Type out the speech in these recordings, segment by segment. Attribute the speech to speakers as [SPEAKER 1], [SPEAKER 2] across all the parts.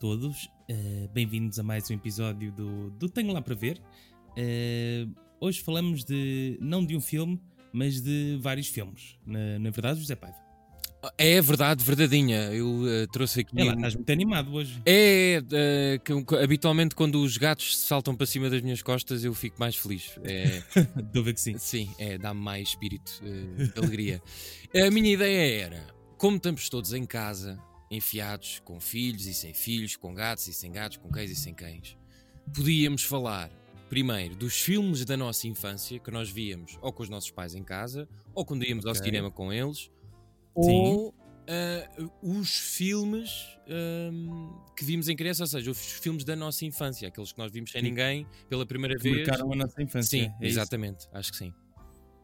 [SPEAKER 1] todos, eh, bem-vindos a mais um episódio do, do Tenho Lá para Ver. Eh, hoje falamos de não de um filme, mas de vários filmes. Na, na verdade, José Paiva.
[SPEAKER 2] É verdade, verdadeinha. Eu eh, trouxe aqui.
[SPEAKER 1] É lá, estás muito animado hoje.
[SPEAKER 2] É, eh, que, que habitualmente quando os gatos saltam para cima das minhas costas eu fico mais feliz. É,
[SPEAKER 1] Estou a ver que sim.
[SPEAKER 2] sim, é, dá-me mais espírito eh, de alegria. A minha ideia era, como estamos todos em casa, enfiados, com filhos e sem filhos, com gatos e sem gatos, com cães e sem cães, podíamos falar primeiro dos filmes da nossa infância que nós víamos ou com os nossos pais em casa, ou quando íamos ao
[SPEAKER 1] Ok.
[SPEAKER 2] cinema com eles,
[SPEAKER 1] Sim.
[SPEAKER 2] ou ah, os filmes ahm, que vimos em criança, ou seja, os filmes da nossa infância, aqueles que nós vimos sem
[SPEAKER 1] Sim.
[SPEAKER 2] ninguém pela primeira
[SPEAKER 1] Que
[SPEAKER 2] vez.
[SPEAKER 1] Marcaram a nossa infância.
[SPEAKER 2] Sim,
[SPEAKER 1] é isso?
[SPEAKER 2] exatamente, acho que sim.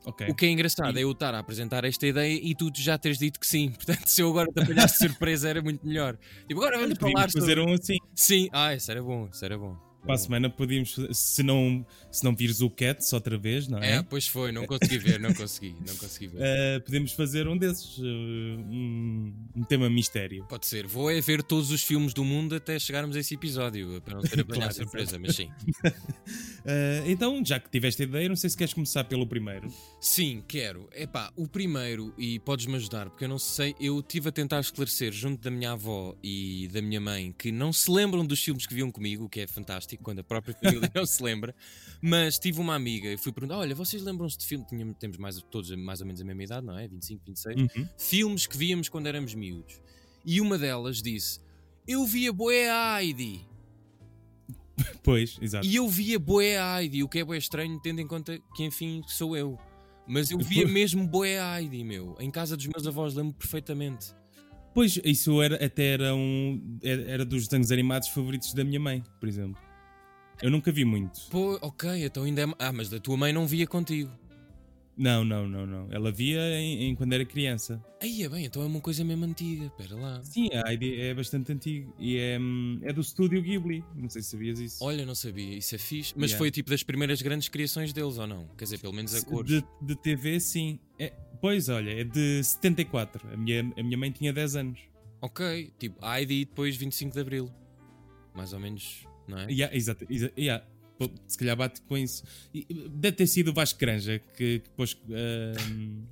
[SPEAKER 1] Ok.
[SPEAKER 2] O que é engraçado é eu estar a apresentar esta ideia e tu já teres dito que sim. Portanto, se eu agora te apanhasse de surpresa era muito melhor. Tipo, agora vamos falar
[SPEAKER 1] Podíamos
[SPEAKER 2] sobre...
[SPEAKER 1] fazer um assim.
[SPEAKER 2] Sim, ah, isso era bom, isso era bom.
[SPEAKER 1] Para a semana podíamos, se não, se não vires o Cats outra vez, não é?
[SPEAKER 2] É, pois foi, não consegui ver, não consegui, não consegui ver.
[SPEAKER 1] Eh, podemos fazer um desses, eh, um, um tema mistério.
[SPEAKER 2] Pode ser, vou é ver todos os filmes do mundo até chegarmos a esse episódio, para não ter apanhado
[SPEAKER 1] Claro,
[SPEAKER 2] de surpresa, mas sim.
[SPEAKER 1] Eh, então, já que tiveste a ideia, não sei se queres começar pelo primeiro.
[SPEAKER 2] Sim, quero. Epá, o primeiro, e podes-me ajudar, porque eu não sei, eu estive a tentar esclarecer junto da minha avó e da minha mãe que não se lembram dos filmes que viam comigo, o que é fantástico, quando a própria família não se lembra, mas tive uma amiga e fui perguntar: olha, vocês lembram-se de filme? Tínhamos, temos mais, todos mais ou menos a mesma idade, não é? 25, 26.
[SPEAKER 1] Uhum.
[SPEAKER 2] Filmes que víamos quando éramos miúdos. E uma delas disse: Eu via Boé Heidi.
[SPEAKER 1] Pois, exato.
[SPEAKER 2] E eu via Boé Heidi, o que é boé estranho, tendo em conta que, enfim, sou eu. Mas eu via mesmo Boé Heidi, meu. Em casa dos meus avós, lembro perfeitamente.
[SPEAKER 1] Pois, isso era, até era um. Era, era dos desenhos animados favoritos da minha mãe, por exemplo. Eu nunca vi muito.
[SPEAKER 2] Pô, ok, então ainda é. ma- Ah, mas da tua mãe não via contigo.
[SPEAKER 1] Não, não, não, não. Ela via em, em quando era criança.
[SPEAKER 2] Aí é bem, então é uma coisa mesmo antiga, pera lá.
[SPEAKER 1] Sim, a Heidi é bastante antiga. E é, hum, é do estúdio Ghibli. Não sei se sabias isso.
[SPEAKER 2] Olha, não sabia, isso é fixe. Mas
[SPEAKER 1] Yeah.
[SPEAKER 2] foi tipo das primeiras grandes criações deles, ou não? Quer dizer, pelo menos a cores.
[SPEAKER 1] de, de TV, sim. É- pois, olha, é de 74. A minha, a minha mãe tinha 10 anos.
[SPEAKER 2] Ok, tipo Heidi e depois 25 de Abril. Mais ou menos, não é?
[SPEAKER 1] Yeah, exato, exa- yeah. Pô, Se calhar bate com isso. E, Deve ter sido o Vasco Granja que, que depois. ah, hum,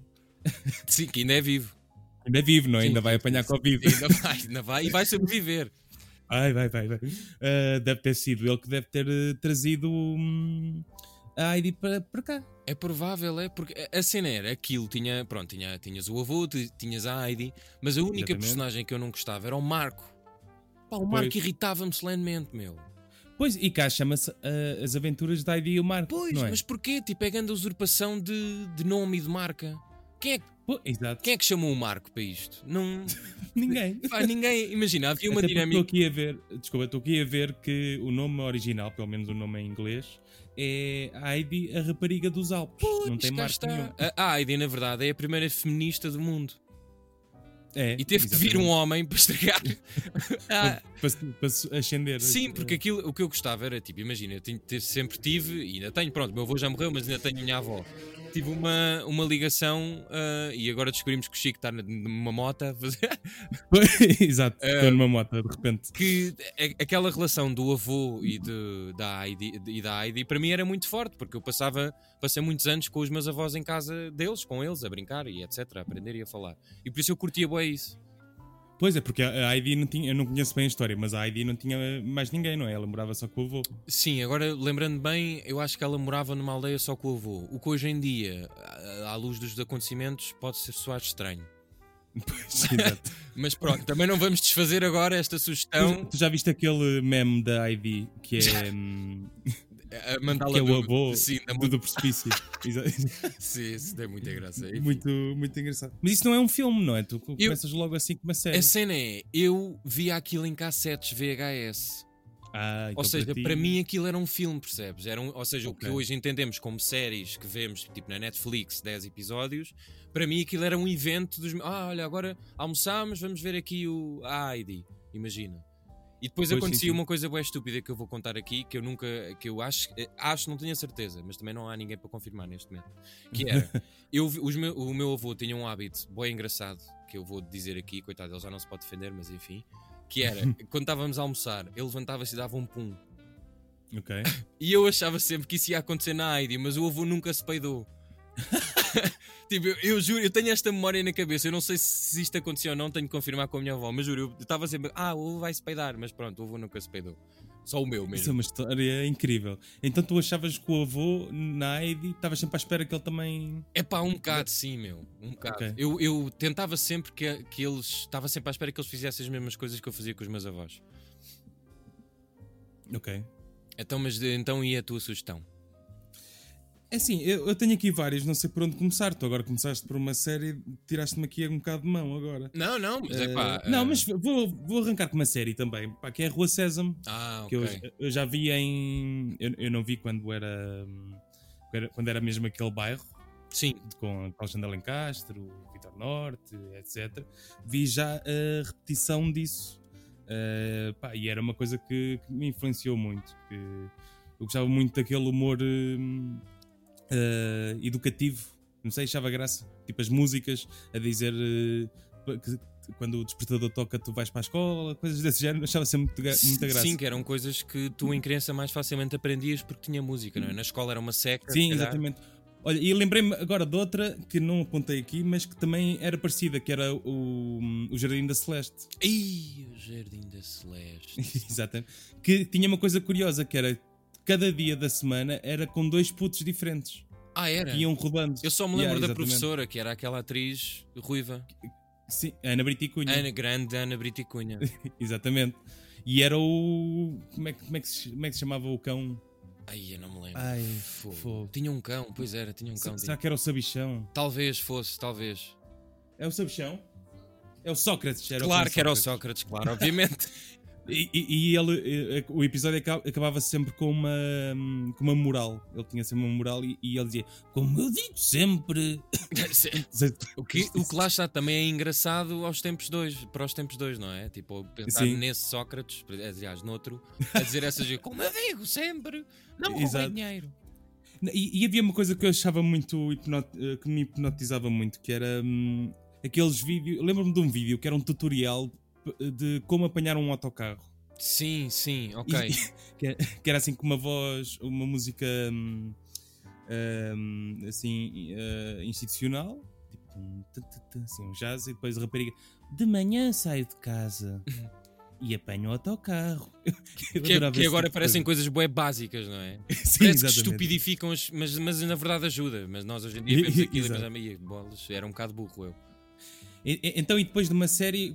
[SPEAKER 2] Sim, que ainda é vivo.
[SPEAKER 1] ainda vive, não é?
[SPEAKER 2] Sim,
[SPEAKER 1] Ainda vai
[SPEAKER 2] sim,
[SPEAKER 1] apanhar Covid.
[SPEAKER 2] Ainda vai, ainda vai e vai sobreviver.
[SPEAKER 1] Ai, vai, vai, vai. Ah, deve ter sido ele que deve ter eh, trazido hum, a Heidi para, para cá.
[SPEAKER 2] É provável, é porque a- a cena era aquilo, tinha, pronto, tinha, tinhas o avô, ti- tinhas a Heidi, mas a única
[SPEAKER 1] Exatamente.
[SPEAKER 2] personagem que eu não gostava era o Marco. Pá, o Marco irritava-me solenemente, meu.
[SPEAKER 1] Pois, e cá chama-se ah, As Aventuras da Heidi e o Marco.
[SPEAKER 2] Pois,
[SPEAKER 1] não é?
[SPEAKER 2] mas porquê? Tipo, é grande usurpação de, de nome e de marca. Quem é, que-
[SPEAKER 1] Pô, exato.
[SPEAKER 2] quem é que chamou o Marco para isto? Não.
[SPEAKER 1] Ninguém.
[SPEAKER 2] Pá, ninguém. Imagina, havia uma
[SPEAKER 1] Até porque Estou
[SPEAKER 2] dinâmica.
[SPEAKER 1] aqui a ver, desculpa, estou aqui a ver que o nome original, pelo menos o nome em inglês, é Heidi, a rapariga dos Alpes. não tem
[SPEAKER 2] Cá
[SPEAKER 1] marca nenhum.
[SPEAKER 2] está. A- A Heidi, na verdade, é a primeira feminista do mundo.
[SPEAKER 1] É,
[SPEAKER 2] E teve que vir um
[SPEAKER 1] exatamente.
[SPEAKER 2] homem para estragar. Ah, a-
[SPEAKER 1] Para, se- para se eh, ascender.
[SPEAKER 2] Sim, porque aquilo, o que eu gostava era tipo, imagina, eu tinha- te- sempre tive, e ainda tenho, pronto, meu avô já morreu, mas ainda tenho a minha avó. Tive uma, uma ligação ah, e agora descobrimos que o Chico está na- numa moto a fazer-
[SPEAKER 1] Exato,
[SPEAKER 2] Ah.
[SPEAKER 1] estou numa moto, de repente.
[SPEAKER 2] que a- aquela relação do avô e, de, da Heidi, e da Heidi para mim era muito forte, porque eu passava, passei muitos anos com os meus avós em casa deles, com eles, a brincar e etc, a aprender e a falar. E por isso eu curtia bem isso.
[SPEAKER 1] Pois é, porque a a Heidi não tinha, eu não conheço bem a história, mas a Heidi não tinha mais ninguém, não é? Ela morava só com o avô.
[SPEAKER 2] Sim, agora lembrando bem, eu acho que ela morava numa aldeia só com o avô. O que hoje em dia, à- à luz dos acontecimentos, pode ser soar estranho.
[SPEAKER 1] Pois, exato.
[SPEAKER 2] Mas pronto, também não vamos desfazer agora esta
[SPEAKER 1] Tu-
[SPEAKER 2] sugestão
[SPEAKER 1] Tu já viste aquele meme da Heidi que é, hum,
[SPEAKER 2] eh, a mandá-la
[SPEAKER 1] que é
[SPEAKER 2] do-
[SPEAKER 1] o avô
[SPEAKER 2] Sim, da
[SPEAKER 1] do, do precipício? Exato.
[SPEAKER 2] sim, isso tem muita graça. Enfim.
[SPEAKER 1] Muito, muito engraçado. Mas isso não é um filme, não é? Tu começas logo assim com uma série.
[SPEAKER 2] A cena é, eu via aquilo em cassetes VHS.
[SPEAKER 1] Ah, então
[SPEAKER 2] ou seja,
[SPEAKER 1] ti-
[SPEAKER 2] para mim aquilo era um filme, percebes? Era um- ou seja,
[SPEAKER 1] Ok.
[SPEAKER 2] o que hoje entendemos como séries que vemos, tipo na Netflix, 10 episódios, para mim aquilo era um evento dos. Ah, olha, agora almoçámos, vamos ver aqui o a Heidi, imagina. E
[SPEAKER 1] Pois,
[SPEAKER 2] depois
[SPEAKER 1] sim,
[SPEAKER 2] acontecia
[SPEAKER 1] sim.
[SPEAKER 2] uma coisa bem estúpida que eu vou contar aqui, que eu nunca, que eu acho, eh, acho, não tenho a certeza, mas também não há ninguém para confirmar neste momento. Que era, eu, vi- os meu- o meu avô tinha um hábito bem engraçado, que eu vou dizer aqui, coitado, ele já não se pode defender, mas enfim que era, quando estávamos a almoçar, ele levantava-se e dava um pum. é
[SPEAKER 1] Ok.
[SPEAKER 2] E eu achava sempre que isso ia acontecer na Heidi, mas o avô nunca se peidou. tipo, eu, eu juro, eu tenho esta memória na cabeça. Eu não sei se isto aconteceu ou não, tenho que confirmar com a minha avó, mas juro, eu estava sempre, ah, o avô vai se peidar, mas pronto, o avô nunca se peidou. Só o meu
[SPEAKER 1] Isso é
[SPEAKER 2] mesmo.
[SPEAKER 1] uma história incrível. Então tu achavas que o avô, na Heidi, estavas sempre à espera que ele também.
[SPEAKER 2] É pá, um bocado, sim, meu. Um bocado.
[SPEAKER 1] Ok.
[SPEAKER 2] Eu, eu tentava sempre que, que eles. Estava sempre à espera que eles fizessem as mesmas coisas que eu fazia com os meus avós.
[SPEAKER 1] Ok.
[SPEAKER 2] Então, mas de- então e a tua sugestão?
[SPEAKER 1] É assim, eu, eu tenho aqui várias, não sei por onde começar. Tu agora começaste por uma série, tiraste-me aqui um bocado de mão agora.
[SPEAKER 2] Não, não, mas é pá.
[SPEAKER 1] Eh, não,
[SPEAKER 2] eh,
[SPEAKER 1] mas vou, vou arrancar com uma série também, pá, que é a Rua Sésamo,
[SPEAKER 2] Ah,
[SPEAKER 1] que eu,
[SPEAKER 2] ok.
[SPEAKER 1] eu já vi em. Eu, eu não vi quando era, hum, quando era- Quando era mesmo aquele bairro,
[SPEAKER 2] Sim,
[SPEAKER 1] com Alexandre Lencastro, Vitor Norte, etc. Vi já a repetição disso. Eh, pá, e era uma coisa que, que me influenciou muito. que eu gostava muito daquele humor hum, eh, educativo. Não sei, achava graça. Tipo as músicas a dizer eh, que quando o despertador toca tu vais para a escola, coisas desse género. Achava sempre muito gra- muita graça.
[SPEAKER 2] Sim, que eram coisas que tu em criança mais facilmente aprendias porque tinha música, não é? Na escola era uma seca.
[SPEAKER 1] Sim,
[SPEAKER 2] se calhar.
[SPEAKER 1] exatamente. Olha, e lembrei-me agora de outra que não apontei aqui, mas que também era parecida, que era o, o Jardim da Celeste.
[SPEAKER 2] Ih, o Jardim da Celeste.
[SPEAKER 1] Exatamente. Que tinha uma coisa curiosa, que era cada dia da semana era com dois putos diferentes.
[SPEAKER 2] Ah, era?
[SPEAKER 1] Que iam rodando.
[SPEAKER 2] Eu só me lembro
[SPEAKER 1] um- Yeah,
[SPEAKER 2] da
[SPEAKER 1] exatamente.
[SPEAKER 2] professora, que era aquela atriz ruiva.
[SPEAKER 1] Sim, a Ana Briticunha.
[SPEAKER 2] Ana Grande, Ana Brita e Cunha.
[SPEAKER 1] Exatamente. E era o. Como é, que, como, é que se, como é que se chamava o
[SPEAKER 2] Um
[SPEAKER 1] cão?
[SPEAKER 2] Ai, eu não me lembro.
[SPEAKER 1] Ai,
[SPEAKER 2] Fogo.
[SPEAKER 1] fogo.
[SPEAKER 2] Tinha um cão, pois era, tinha um cão.
[SPEAKER 1] Se-
[SPEAKER 2] tinha.
[SPEAKER 1] Será que era o Sabichão?
[SPEAKER 2] Talvez fosse, talvez.
[SPEAKER 1] É o Sabichão? É o Sócrates. Era
[SPEAKER 2] claro
[SPEAKER 1] cão
[SPEAKER 2] que era o Sócrates, claro, obviamente.
[SPEAKER 1] E, e- e ele, eh, o episódio aca- acabava sempre com uma, hum, com uma moral. Ele tinha sempre uma moral e, e ele dizia: Como eu digo sempre.
[SPEAKER 2] o, que, o que lá está também é engraçado aos tempos dois, para os tempos dois, não é? Tipo, pensar
[SPEAKER 1] Sim.
[SPEAKER 2] nesse Sócrates, aliás, noutro, a dizer essas coisas, como eu digo sempre, não me roubem
[SPEAKER 1] Exato.
[SPEAKER 2] dinheiro.
[SPEAKER 1] E, e havia uma coisa que eu achava muito. hipnot- eh, que me hipnotizava muito, que era hum, aqueles vídeos. Lembro-me de um vídeo que era um tutorial p- de como apanhar um autocarro.
[SPEAKER 2] Sim, sim,
[SPEAKER 1] E-
[SPEAKER 2] ok.
[SPEAKER 1] que, que era assim com uma voz, uma música hum, hum, assim eh, institucional, tipo um, tu, tu, tu, assim, um jazz, e depois a rapariga de manhã saio de casa e apanho o autocarro. Eu
[SPEAKER 2] Uhum. Que, é-
[SPEAKER 1] adorava
[SPEAKER 2] que
[SPEAKER 1] esse
[SPEAKER 2] agora
[SPEAKER 1] tipo de
[SPEAKER 2] parecem coisas bué básicas, não é?
[SPEAKER 1] coisa. Sim,
[SPEAKER 2] Parece que
[SPEAKER 1] exatamente.
[SPEAKER 2] estupidificam, as, mas, mas na verdade ajuda. Mas nós hoje em dia
[SPEAKER 1] E-
[SPEAKER 2] vemos
[SPEAKER 1] e-
[SPEAKER 2] aquilo e
[SPEAKER 1] exato.
[SPEAKER 2] pensamos, "Ih, bolas, era um bocado burro eu.
[SPEAKER 1] E- e- Então, e depois de uma série,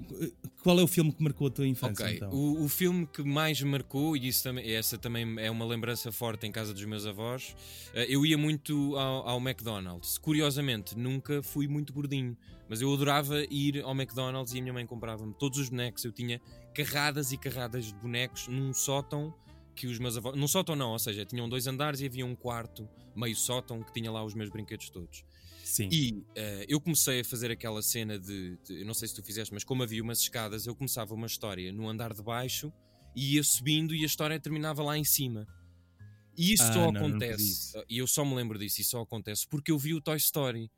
[SPEAKER 1] qual é o filme que marcou a tua infância?
[SPEAKER 2] Ok,
[SPEAKER 1] então?
[SPEAKER 2] o, o filme que mais me marcou, e isso também, essa também é uma lembrança forte em casa dos meus avós, eh, eu ia muito ao, ao McDonald's. Curiosamente, nunca fui muito gordinho, mas eu adorava ir ao McDonald's e a minha mãe comprava-me todos os bonecos. Eu tinha carradas e carradas de bonecos num sótão que os meus avós. Num sótão não, ou seja, tinham dois andares e havia um quarto, meio sótão, que tinha lá os meus brinquedos todos.
[SPEAKER 1] Sim.
[SPEAKER 2] E eh, eu comecei a fazer aquela cena de, de- Eu não sei se tu fizeste, mas como havia umas escadas, eu começava uma história no andar de baixo e ia subindo e a história terminava lá em cima. E isso
[SPEAKER 1] Ah, não,
[SPEAKER 2] só
[SPEAKER 1] não fiz
[SPEAKER 2] acontece. E eu só me lembro disso, e só acontece porque eu vi o Toy Story.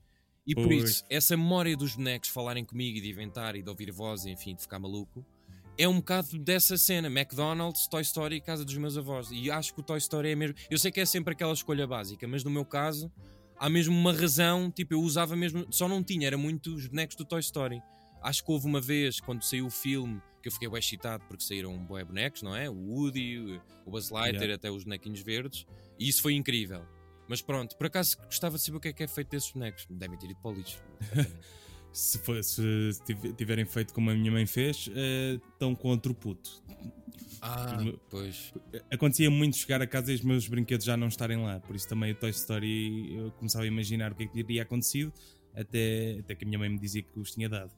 [SPEAKER 2] E por
[SPEAKER 1] Pois.
[SPEAKER 2] isso, essa memória dos bonecos falarem comigo e de inventar e de ouvir voz, enfim, de ficar maluco, é um bocado dessa cena. McDonald's, Toy Story, casa dos meus avós. E acho que o Toy Story é mesmo. Eu sei que é sempre aquela escolha básica, mas no meu caso, há mesmo uma razão. Tipo, eu usava mesmo. Só não tinha, era muito os bonecos do Toy Story. Acho que houve uma vez, quando saiu o filme, que eu fiquei bem excitado porque saíram bué bonecos, não é? O Woody, o Buzz Lightyear,
[SPEAKER 1] Yeah.
[SPEAKER 2] até os bonequinhos verdes. E isso foi incrível. Mas pronto, por acaso gostava de saber o que é que é feito desses bonecos. Devem ter ido para o lixo.
[SPEAKER 1] Se, for- se tiv- tiverem feito como a minha mãe fez, eh, estão com outro puto.
[SPEAKER 2] Ah,
[SPEAKER 1] Os me-
[SPEAKER 2] pois.
[SPEAKER 1] acontecia muito chegar a casa e os meus brinquedos já não estarem lá, por isso também o Toy Story eu começava a imaginar o que é que teria acontecido, até, até que a minha mãe me dizia que os tinha dado.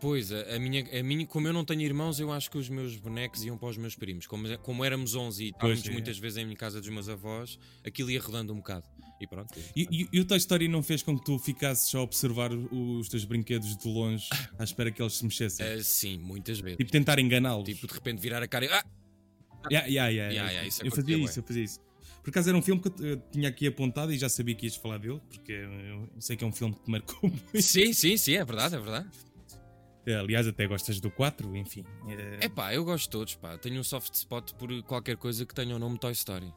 [SPEAKER 2] Pois, a, a minha, a minha, como eu não tenho irmãos, eu acho que os meus bonecos iam para os meus primos. Como, como éramos 11 e estávamos
[SPEAKER 1] é.
[SPEAKER 2] muitas vezes em casa dos meus avós, aquilo ia rodando um bocado. E pronto.
[SPEAKER 1] E, e- e o Toy Story não fez com que tu ficasses a observar o- os teus brinquedos de longe à espera que eles se mexessem?
[SPEAKER 2] Ah, sim, muitas vezes.
[SPEAKER 1] Tipo, tentar enganá-los.
[SPEAKER 2] Tipo, de repente virar a cara e. Ah!
[SPEAKER 1] Yeah, yeah, yeah,
[SPEAKER 2] Yeah, yeah, isso
[SPEAKER 1] eu fazia
[SPEAKER 2] acontecia,
[SPEAKER 1] isso, eu fazia isso. Por acaso era um filme que eu, eu tinha aqui apontado e já sabia que ias falar dele, porque eu sei que é um filme que te marcou muito.
[SPEAKER 2] Sim, sim, sim, é verdade, é verdade.
[SPEAKER 1] Eh, Aliás, até gostas do 4, enfim.
[SPEAKER 2] É pá, eu gosto de todos, pá. Tenho um soft spot por qualquer coisa que tenha o nome Toy Story.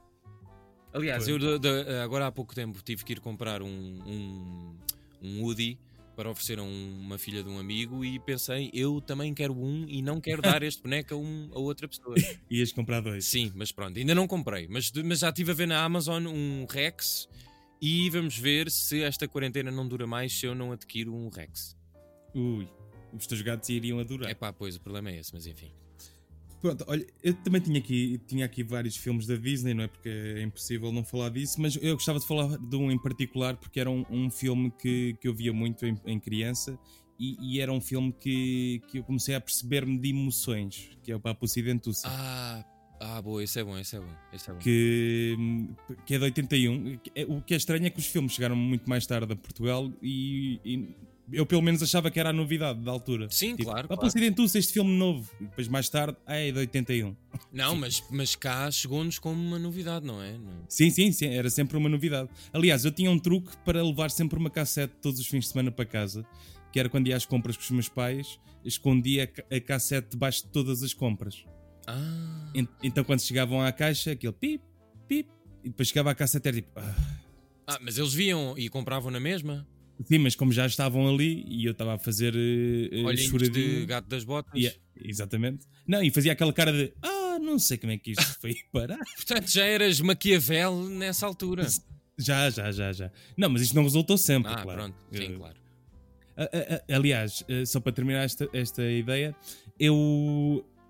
[SPEAKER 2] Aliás,
[SPEAKER 1] Pois.
[SPEAKER 2] eu de- de- eh, agora há pouco tempo tive que ir comprar um, um, um Woody para oferecer a um- uma filha de um amigo e pensei, eu também quero um e não quero dar este boneco a, um, a outra pessoa.
[SPEAKER 1] Ias comprar dois.
[SPEAKER 2] Sim, mas pronto, ainda não comprei, mas, de- mas já estive a ver na Amazon um Rex e vamos ver se esta quarentena não dura mais se eu não adquiro um Rex.
[SPEAKER 1] Ui, os teus gatos iriam adorar.
[SPEAKER 2] É pá, pois, o problema é esse, mas enfim.
[SPEAKER 1] Pronto, olha, eu também tinha aqui, tinha aqui vários filmes da Disney, não é? Porque é impossível não falar disso, mas eu gostava de falar de um em particular porque era um, um filme que, que eu via muito em, em criança e, e era um filme que, que eu comecei a perceber-me de emoções, que é o Papo Ocidentuça.
[SPEAKER 2] Ah, ah, boa, esse é bom, esse é bom, esse é bom.
[SPEAKER 1] Que, que é de 81. É- O que é estranho é que os filmes chegaram muito mais tarde a Portugal e, e eu, pelo menos, achava que era a novidade da altura. Tipo, "Ah,
[SPEAKER 2] Sim, claro,
[SPEAKER 1] Papo
[SPEAKER 2] claro.
[SPEAKER 1] Ocidentuça, este filme novo. E depois, mais tarde, ah, é de 81.
[SPEAKER 2] Não, mas, mas cá chegou-nos como uma novidade, não é? Não-
[SPEAKER 1] Sim, sim, sim, era sempre uma novidade. Aliás, eu tinha um truque para levar sempre uma cassete todos os fins de semana para casa, que era quando ia às compras com os meus pais, escondia a ca- a cassete debaixo de todas as compras.
[SPEAKER 2] Ah,
[SPEAKER 1] En- Então, quando chegavam à caixa, aquele pip, pip, e depois chegava à cassete era tipo. "Ah."
[SPEAKER 2] Ah, mas eles viam e compravam na mesma?
[SPEAKER 1] Sim, mas como já estavam ali e eu estava a fazer eh, eh,
[SPEAKER 2] Olhinhos de
[SPEAKER 1] choradinho.
[SPEAKER 2] gato das botas.
[SPEAKER 1] Yeah, exatamente. Não, e fazia aquela cara de. Ah, não sei como é que isto foi parar.
[SPEAKER 2] Portanto, já eras Maquiavel nessa altura.
[SPEAKER 1] Já, já, já, já. Não, mas isto não resultou sempre,
[SPEAKER 2] Ah,
[SPEAKER 1] claro.
[SPEAKER 2] pronto, sim,
[SPEAKER 1] Eh,
[SPEAKER 2] claro.
[SPEAKER 1] A- a- a- Aliás, eh, só para terminar esta, esta ideia, eu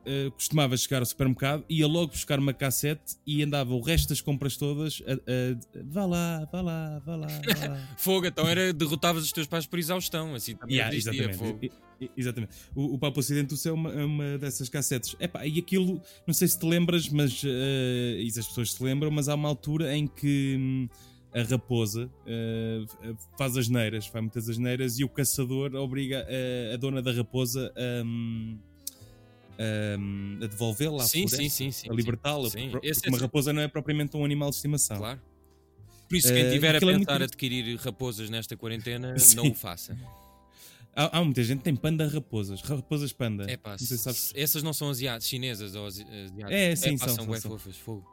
[SPEAKER 1] eh, costumava chegar ao supermercado, ia logo buscar uma cassete e andava o resto das compras todas a, a- vá lá, vá lá, vá lá, vá lá.
[SPEAKER 2] Fogo, então era derrotavas os teus pais por exaustão, assim também
[SPEAKER 1] Yeah,
[SPEAKER 2] existia, fogo.
[SPEAKER 1] exatamente. E- e- Exatamente. O, o Papo Ocidente do Céu é uma, é uma dessas cassetes. Epá, e aquilo, não sei se te lembras, mas eh, e se as pessoas se lembram, mas há uma altura em que hum, a raposa eh, faz as neiras, faz muitas asneiras, e o caçador obriga eh, a dona da raposa hum, hum, a devolvê-la à
[SPEAKER 2] Sim,
[SPEAKER 1] floresta,
[SPEAKER 2] sim, sim, sim.
[SPEAKER 1] a libertá-la,
[SPEAKER 2] Sim,
[SPEAKER 1] porque
[SPEAKER 2] esse-
[SPEAKER 1] uma
[SPEAKER 2] esse-
[SPEAKER 1] raposa não é propriamente um animal de estimação.
[SPEAKER 2] Claro. Por isso, quem
[SPEAKER 1] Eh,
[SPEAKER 2] tiver a
[SPEAKER 1] aquilo é muito
[SPEAKER 2] pensar
[SPEAKER 1] interessante.
[SPEAKER 2] adquirir raposas nesta quarentena,
[SPEAKER 1] Sim.
[SPEAKER 2] não o faça.
[SPEAKER 1] Há, há muita gente que tem panda raposas, raposas panda.
[SPEAKER 2] É pá,
[SPEAKER 1] não sei se sabes.
[SPEAKER 2] essas não são asiáticas, chinesas ou asi- asiáticas.
[SPEAKER 1] É, sim,
[SPEAKER 2] pá,
[SPEAKER 1] são,
[SPEAKER 2] são
[SPEAKER 1] são,
[SPEAKER 2] bué
[SPEAKER 1] são.
[SPEAKER 2] fofas, fogo.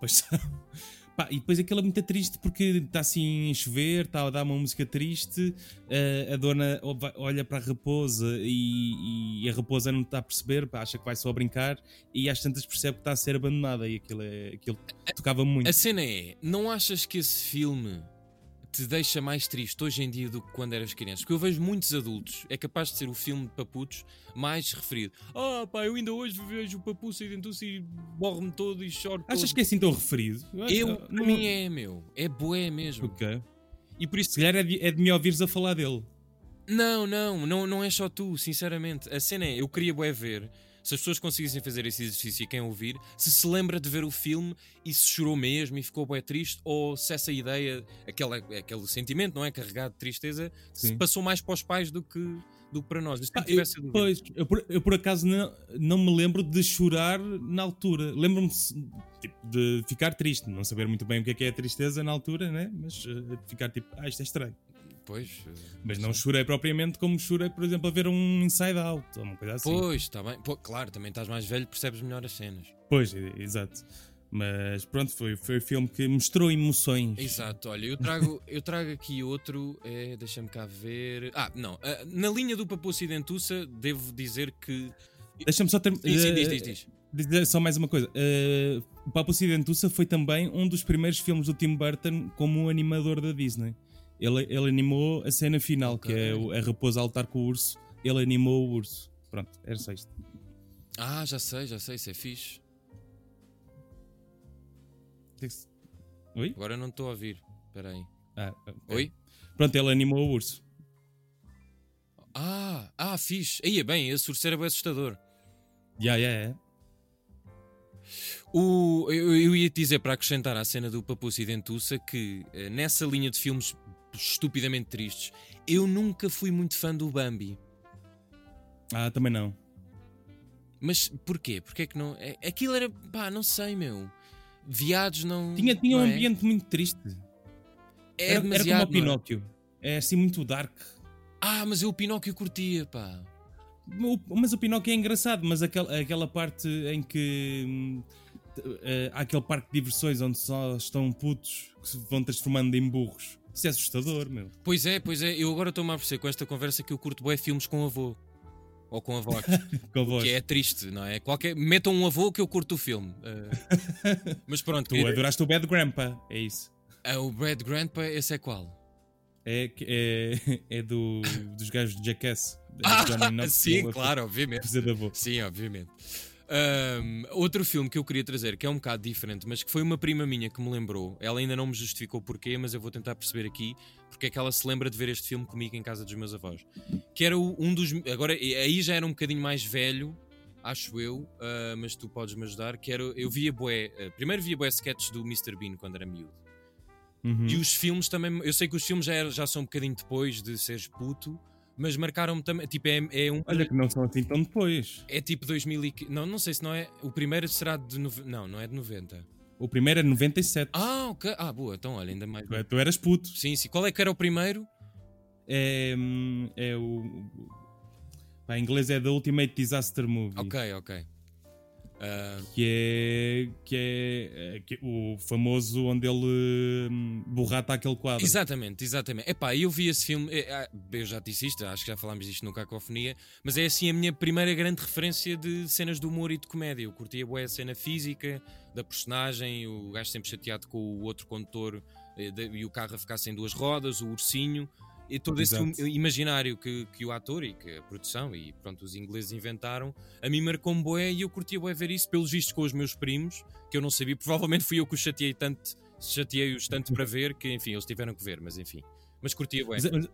[SPEAKER 1] Pois são. Pá, e depois aquilo é muito triste porque está assim a chover, está a dar uma música triste, eh, a dona o- vai- olha para a raposa e, e a raposa não está a perceber, pá, acha que vai só brincar e às tantas percebe que está a ser abandonada e aquilo, é, aquilo tocava muito.
[SPEAKER 2] A cena é, não achas que esse filme te deixa mais triste hoje em dia do que quando eras criança? Porque eu vejo muitos adultos, é capaz de ser o filme de paputos mais referido. Ah pá, eu ainda hoje vejo o papuço e dentuço e borro-me todo e choro
[SPEAKER 1] Achas
[SPEAKER 2] todo.
[SPEAKER 1] que é assim tão referido?
[SPEAKER 2] Eu,
[SPEAKER 1] acho-
[SPEAKER 2] para mim é meu, é boé mesmo.
[SPEAKER 1] Ok.
[SPEAKER 2] E por isso
[SPEAKER 1] Se calhar é de, é de me ouvires a falar dele.
[SPEAKER 2] Não, não, não, não é só tu, sinceramente. A cena é, eu queria bué ver se as pessoas conseguissem fazer esse exercício e quem ouvir, se se lembra de ver o filme e se chorou mesmo e ficou bué triste, ou se essa ideia, aquela, aquele sentimento, não é? Carregado de tristeza, se
[SPEAKER 1] Sim.
[SPEAKER 2] passou mais para os pais do que, do que para nós. Mas se
[SPEAKER 1] Pá,
[SPEAKER 2] não tivesse
[SPEAKER 1] eu,
[SPEAKER 2] dúvida.
[SPEAKER 1] pois, eu por, eu por acaso não, não me lembro de chorar na altura. Lembro-me tipo, de ficar triste, não saber muito bem o que é que é a tristeza na altura, né? mas eh, de ficar tipo, ah, isto é estranho.
[SPEAKER 2] Pois, eh,
[SPEAKER 1] Mas não chorei propriamente como chorei, por exemplo, a ver um Inside Out ou uma coisa assim.
[SPEAKER 2] pois, está bem. Pô, claro, também estás mais velho, percebes melhor as cenas.
[SPEAKER 1] Pois, e- exato. Mas pronto, foi, foi o filme que mostrou emoções.
[SPEAKER 2] Exato, olha, eu trago, eu trago aqui outro, é, deixa-me cá ver. Ah, não, ah, na linha do Papo Ocidentuça, devo dizer que.
[SPEAKER 1] Deixa-me só ter,
[SPEAKER 2] Sim, sim,
[SPEAKER 1] eh,
[SPEAKER 2] diz, diz, diz.
[SPEAKER 1] dizer só mais uma coisa. Eh, o Papo Ocidentuça foi também um dos primeiros filmes do Tim Burton como um animador da Disney. Ele, ele animou a cena final,
[SPEAKER 2] Ok.
[SPEAKER 1] que é o- a raposa a lutar com o urso. Ele animou o urso. Pronto, era só isto.
[SPEAKER 2] Ah, já sei, já sei, isso é fixe.
[SPEAKER 1] Oi?
[SPEAKER 2] Agora não estou a ouvir. Espera aí.
[SPEAKER 1] Ah, ok.
[SPEAKER 2] Oi?
[SPEAKER 1] Pronto, ele animou o urso.
[SPEAKER 2] Ah, ah, fixe. Aí é bem, esse urso era bem assustador.
[SPEAKER 1] Ya, ya, ya.
[SPEAKER 2] O, eu, eu ia te dizer para acrescentar à cena do Papuço e Dentuça que eh, nessa linha de filmes estupidamente tristes, eu nunca fui muito fã do Bambi.
[SPEAKER 1] Ah, também não.
[SPEAKER 2] Mas porquê? Porquê é que não. é- Aquilo era. pá, não sei, meu. Viados não.
[SPEAKER 1] Tinha, tinha um
[SPEAKER 2] não é?
[SPEAKER 1] ambiente muito triste. era,
[SPEAKER 2] É
[SPEAKER 1] era como
[SPEAKER 2] demasiado,
[SPEAKER 1] o
[SPEAKER 2] não é?
[SPEAKER 1] Pinóquio. É assim muito dark.
[SPEAKER 2] Ah, mas eu o Pinóquio curtia, pá.
[SPEAKER 1] O- mas o Pinóquio é engraçado, mas aquela, aquela parte em que hum, t- eh, há aquele parque de diversões onde só estão putos que se vão transformando em burros. Isso é assustador, meu.
[SPEAKER 2] Pois é, pois é. Eu agora estou-me a perceber com esta conversa que eu curto bué filmes com avô. Ou com avós.
[SPEAKER 1] Com voz.
[SPEAKER 2] que é triste, não é? Qualquer... Metam um avô que eu curto o filme. Eh, Mas pronto,
[SPEAKER 1] Tu é adoraste o Bad Grandpa, é isso.
[SPEAKER 2] eh, o Brad Grandpa, esse é qual?
[SPEAKER 1] É, que- é, é do, dos gajos de Jackass. É
[SPEAKER 2] Ah,
[SPEAKER 1] do Johnny Knoxville
[SPEAKER 2] sim,
[SPEAKER 1] a
[SPEAKER 2] claro, obviamente.
[SPEAKER 1] fazer de avô.
[SPEAKER 2] Sim, obviamente. Ahm, outro filme que eu queria trazer, que é um bocado diferente, mas que foi uma prima minha que me lembrou. Ela ainda não me justificou porquê, mas eu vou tentar perceber aqui porque é que ela se lembra de ver este filme comigo em casa dos meus avós. Que era o- um dos. Agora, aí já era um bocadinho mais velho, acho eu, ah, mas tu podes me ajudar. Que era, eu via boé. primeiro via boé sketches do Mr. Bean quando era miúdo.
[SPEAKER 1] Uhum.
[SPEAKER 2] E os filmes também, eu sei que os filmes já, era- já são um bocadinho depois de seres puto, mas marcaram-me também. Tipo, é, é um.
[SPEAKER 1] Olha que não são assim tão depois.
[SPEAKER 2] É tipo 2000 e... Não, não sei se não é... O primeiro será de... nove- Não, não é de 90.
[SPEAKER 1] O primeiro é 97.
[SPEAKER 2] Ah, ok. Ah, boa. Então, olha, ainda mais...
[SPEAKER 1] Tu- Tu eras puto.
[SPEAKER 2] Sim, sim. Qual é que era o primeiro?
[SPEAKER 1] É, hum, é o. o- Pá, em inglês é The Ultimate Disaster Movie.
[SPEAKER 2] Ok, ok. Ah,
[SPEAKER 1] Que é, que é, é, que é o famoso onde ele hum, borrata aquele quadro.
[SPEAKER 2] exatamente, exatamente. Epá, eu vi esse filme... eh, ah, Eu já te disse isto, acho que já falámos disto no Cacofonia, mas é assim a minha primeira grande referência de cenas de humor e de comédia. Eu curtia bué a cena física da personagem, o gajo sempre chateado com o outro condutor eh, de- e o carro a ficar sem duas rodas, o ursinho... e todo esse
[SPEAKER 1] Exato.
[SPEAKER 2] hum- imaginário que, que o ator e que a produção e pronto, os ingleses inventaram, a mim marcou-me boé e eu curtia boé ver isso, pelos vistos com os meus primos, que eu não sabia, provavelmente fui eu que os chateei tanto, chateei-os tanto para ver, que enfim, eles tiveram que ver, mas enfim. Mas curtia boé.
[SPEAKER 1] Mas, é- mas-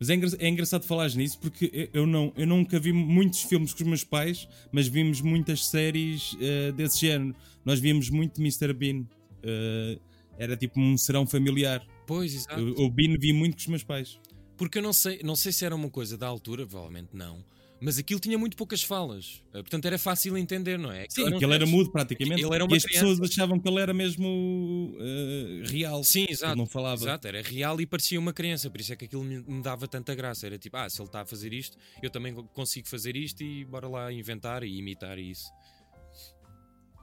[SPEAKER 1] mas é, engra- é engraçado falares nisso porque eu- eu, não, eu nunca vi muitos filmes com os meus pais, mas vimos muitas séries eh, desse género. Nós vimos muito Mr. Bean. eh, era tipo um serão familiar.
[SPEAKER 2] Pois, exato.
[SPEAKER 1] O, o Bean vi muito com os meus pais.
[SPEAKER 2] Porque eu não sei, não sei se era uma coisa da altura, provavelmente não, mas aquilo tinha muito poucas falas, eh, portanto era fácil entender, não é?
[SPEAKER 1] Sim,
[SPEAKER 2] Eram
[SPEAKER 1] porque ele era
[SPEAKER 2] textos-
[SPEAKER 1] mudo praticamente.
[SPEAKER 2] Ele era uma
[SPEAKER 1] e as
[SPEAKER 2] criança.
[SPEAKER 1] pessoas achavam que ele era mesmo eh, real.
[SPEAKER 2] Sim,
[SPEAKER 1] Ele
[SPEAKER 2] exato.
[SPEAKER 1] Não falava.
[SPEAKER 2] Exato, era real e parecia uma criança, por isso é que aquilo me, me dava tanta graça. Era tipo, ah, se ele está a fazer isto, eu também co- consigo fazer isto e bora lá inventar e imitar isso.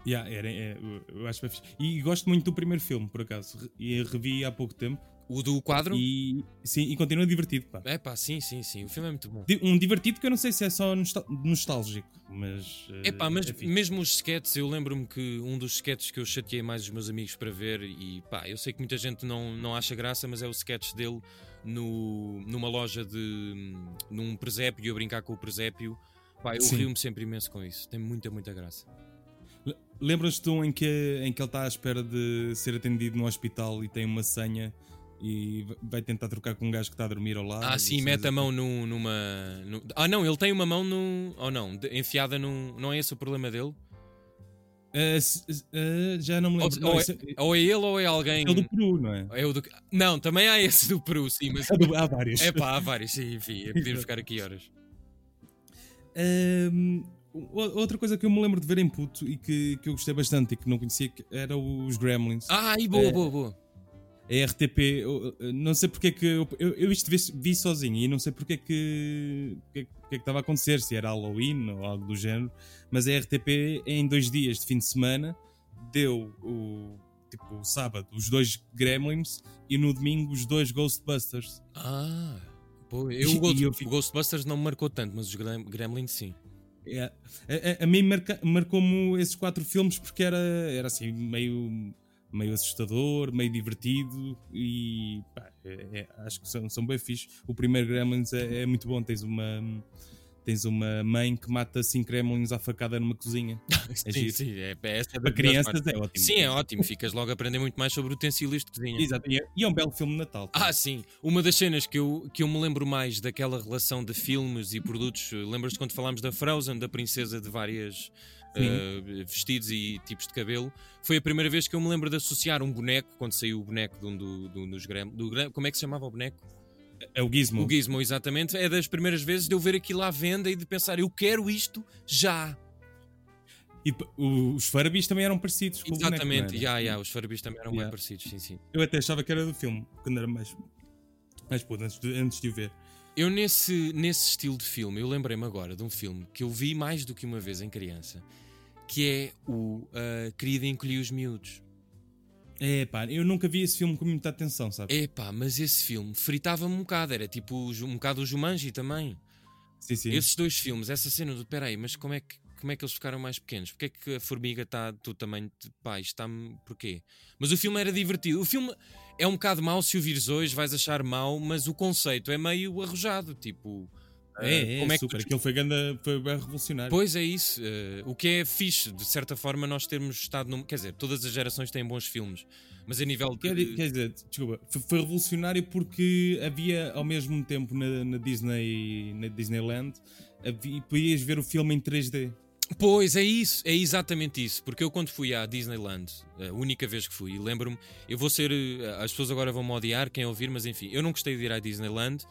[SPEAKER 1] Yeah, era, é, eu- eu acho bem fixe. E gosto muito do primeiro filme, por acaso. Re- E revi há pouco tempo.
[SPEAKER 2] O do quadro?
[SPEAKER 1] E, sim, e continua divertido. Pá.
[SPEAKER 2] É pá, sim, sim, sim, o filme é muito bom.
[SPEAKER 1] Di- Um divertido que eu não sei se é só nostal- nostálgico, mas. eh,
[SPEAKER 2] É pá, mas
[SPEAKER 1] fixe.
[SPEAKER 2] mesmo os sketches, eu lembro-me que um dos sketches que eu chateei mais os meus amigos para ver, e pá, eu sei que muita gente não, não acha graça, mas é o sketch dele no, numa loja de. num presépio, e eu brincar com o presépio. Pá, eu
[SPEAKER 1] Sim.
[SPEAKER 2] rio-me sempre imenso com isso, tem muita, muita graça.
[SPEAKER 1] Le- Lembras-te de um em que, em que ele está à espera de ser atendido no hospital e tem uma senha e v- vai tentar trocar com um gajo que está a dormir ao lado?
[SPEAKER 2] Ah,
[SPEAKER 1] e
[SPEAKER 2] sim,
[SPEAKER 1] cenas
[SPEAKER 2] mete a
[SPEAKER 1] assim.
[SPEAKER 2] mão num- numa. num- Ah, não, ele tem uma mão num. Ou não, de- enfiada num. Não é esse o problema dele?
[SPEAKER 1] Eh, se- eh, já não me
[SPEAKER 2] Ou,
[SPEAKER 1] lembro.
[SPEAKER 2] ou
[SPEAKER 1] Não,
[SPEAKER 2] é,
[SPEAKER 1] isso é-
[SPEAKER 2] ou é ele ou é alguém.
[SPEAKER 1] é o do Peru, não é?
[SPEAKER 2] É o do... Não, também há esse do Peru, sim, mas.
[SPEAKER 1] É do- Há vários.
[SPEAKER 2] É pá, há vários, sim, enfim, é, podemos ficar aqui horas.
[SPEAKER 1] Ahm, o- outra coisa que eu me lembro de ver em puto e que, que eu gostei bastante e que não conhecia que era os Gremlins.
[SPEAKER 2] Ah, e boa,
[SPEAKER 1] É.
[SPEAKER 2] boa, boa.
[SPEAKER 1] A RTP, eu- eu não sei porque é que. Eu, eu, eu isto vi, vi sozinho e não sei porque é que. porque é que- porque é que estava a acontecer, se era Halloween ou algo do género, mas a RTP em dois dias de fim de semana deu o. tipo, o sábado, os dois Gremlins e no domingo os dois Ghostbusters.
[SPEAKER 2] Ah, boa. Eu,
[SPEAKER 1] E
[SPEAKER 2] o, Ghost-
[SPEAKER 1] eu fico-
[SPEAKER 2] o Ghostbusters não me marcou tanto, mas os Grem- Gremlins sim.
[SPEAKER 1] É. A, a- a mim marca- marcou-me esses quatro filmes porque era, era assim meio, meio assustador, meio divertido e pá, é- é- acho que são, são bem fixe. O primeiro Gremlins é, é muito bom, tens uma, tens uma mãe que mata cinco Gremlins à facada numa cozinha.
[SPEAKER 2] sim,
[SPEAKER 1] giro.
[SPEAKER 2] sim, é, essa é a
[SPEAKER 1] Para
[SPEAKER 2] melhor
[SPEAKER 1] crianças
[SPEAKER 2] parte.
[SPEAKER 1] é ótimo.
[SPEAKER 2] Sim, é ótimo, ficas logo a aprender muito mais sobre utensílios de cozinha.
[SPEAKER 1] Exato, e é, e é um belo filme de Natal.
[SPEAKER 2] Ah, sim. Uma das cenas que eu, que eu me lembro mais daquela relação de filmes e produtos, eh, lembras-te quando falámos da Frozen, da princesa de várias
[SPEAKER 1] Sim.
[SPEAKER 2] eh, vestidos e tipos de cabelo? Foi a primeira vez que eu me lembro de associar um boneco, quando saiu o boneco de um do, do, dos Grem, do Grem- Como é que se chamava o boneco?
[SPEAKER 1] é o Gizmo.
[SPEAKER 2] O Gizmo, exatamente. É das primeiras vezes de eu ver aquilo à venda e de pensar, eu quero isto já.
[SPEAKER 1] E p- o- os Furbies também eram parecidos com Tipo o boneco, não
[SPEAKER 2] exatamente.
[SPEAKER 1] era?
[SPEAKER 2] Já, já. Os Furbies também eram bem
[SPEAKER 1] Yeah.
[SPEAKER 2] parecidos, sim, sim.
[SPEAKER 1] Eu até achava que era do filme, quando era mais, Mas pô, antes de, antes de o ver.
[SPEAKER 2] Eu, nesse, nesse estilo de filme, eu lembrei-me agora de um filme que eu vi mais do que uma vez em criança, que é o ah, Querida Encolhi os Miúdos.
[SPEAKER 1] É pá, eu nunca vi esse filme com muita atenção, sabe?
[SPEAKER 2] Epá, mas esse filme fritava-me um bocado, era tipo o Ju- um bocado o Jumanji também.
[SPEAKER 1] Sim, sim. É,
[SPEAKER 2] Esses dois filmes, essa cena do peraí, mas como é que, como é que eles ficaram mais pequenos? Porquê é que a formiga está do tamanho de pá, isto está-me. Porquê? Mas o filme era divertido. O filme é um bocado mau, se o vires hoje vais achar mau, mas o conceito é meio arrojado. Tipo,
[SPEAKER 1] É, é,
[SPEAKER 2] eh, como é que
[SPEAKER 1] super.
[SPEAKER 2] tu-
[SPEAKER 1] Aquilo foi, ganda, foi bem revolucionário.
[SPEAKER 2] Pois é isso. eh, o que é fixe, de certa forma, nós termos estado num. Quer dizer, todas as gerações têm bons filmes, mas a nível de.
[SPEAKER 1] Quer, di- quer dizer, desculpa, foi, foi revolucionário porque havia ao mesmo tempo na, na Disney, na Disneyland, havia, podias ver o filme em 3D.
[SPEAKER 2] Pois é isso, é exatamente isso. Porque eu quando fui à Disneyland, a única vez que fui, e lembro-me, eu vou ser. eh, As pessoas agora vão me odiar, quem ouvir, mas enfim, eu não gostei de ir à Disneyland.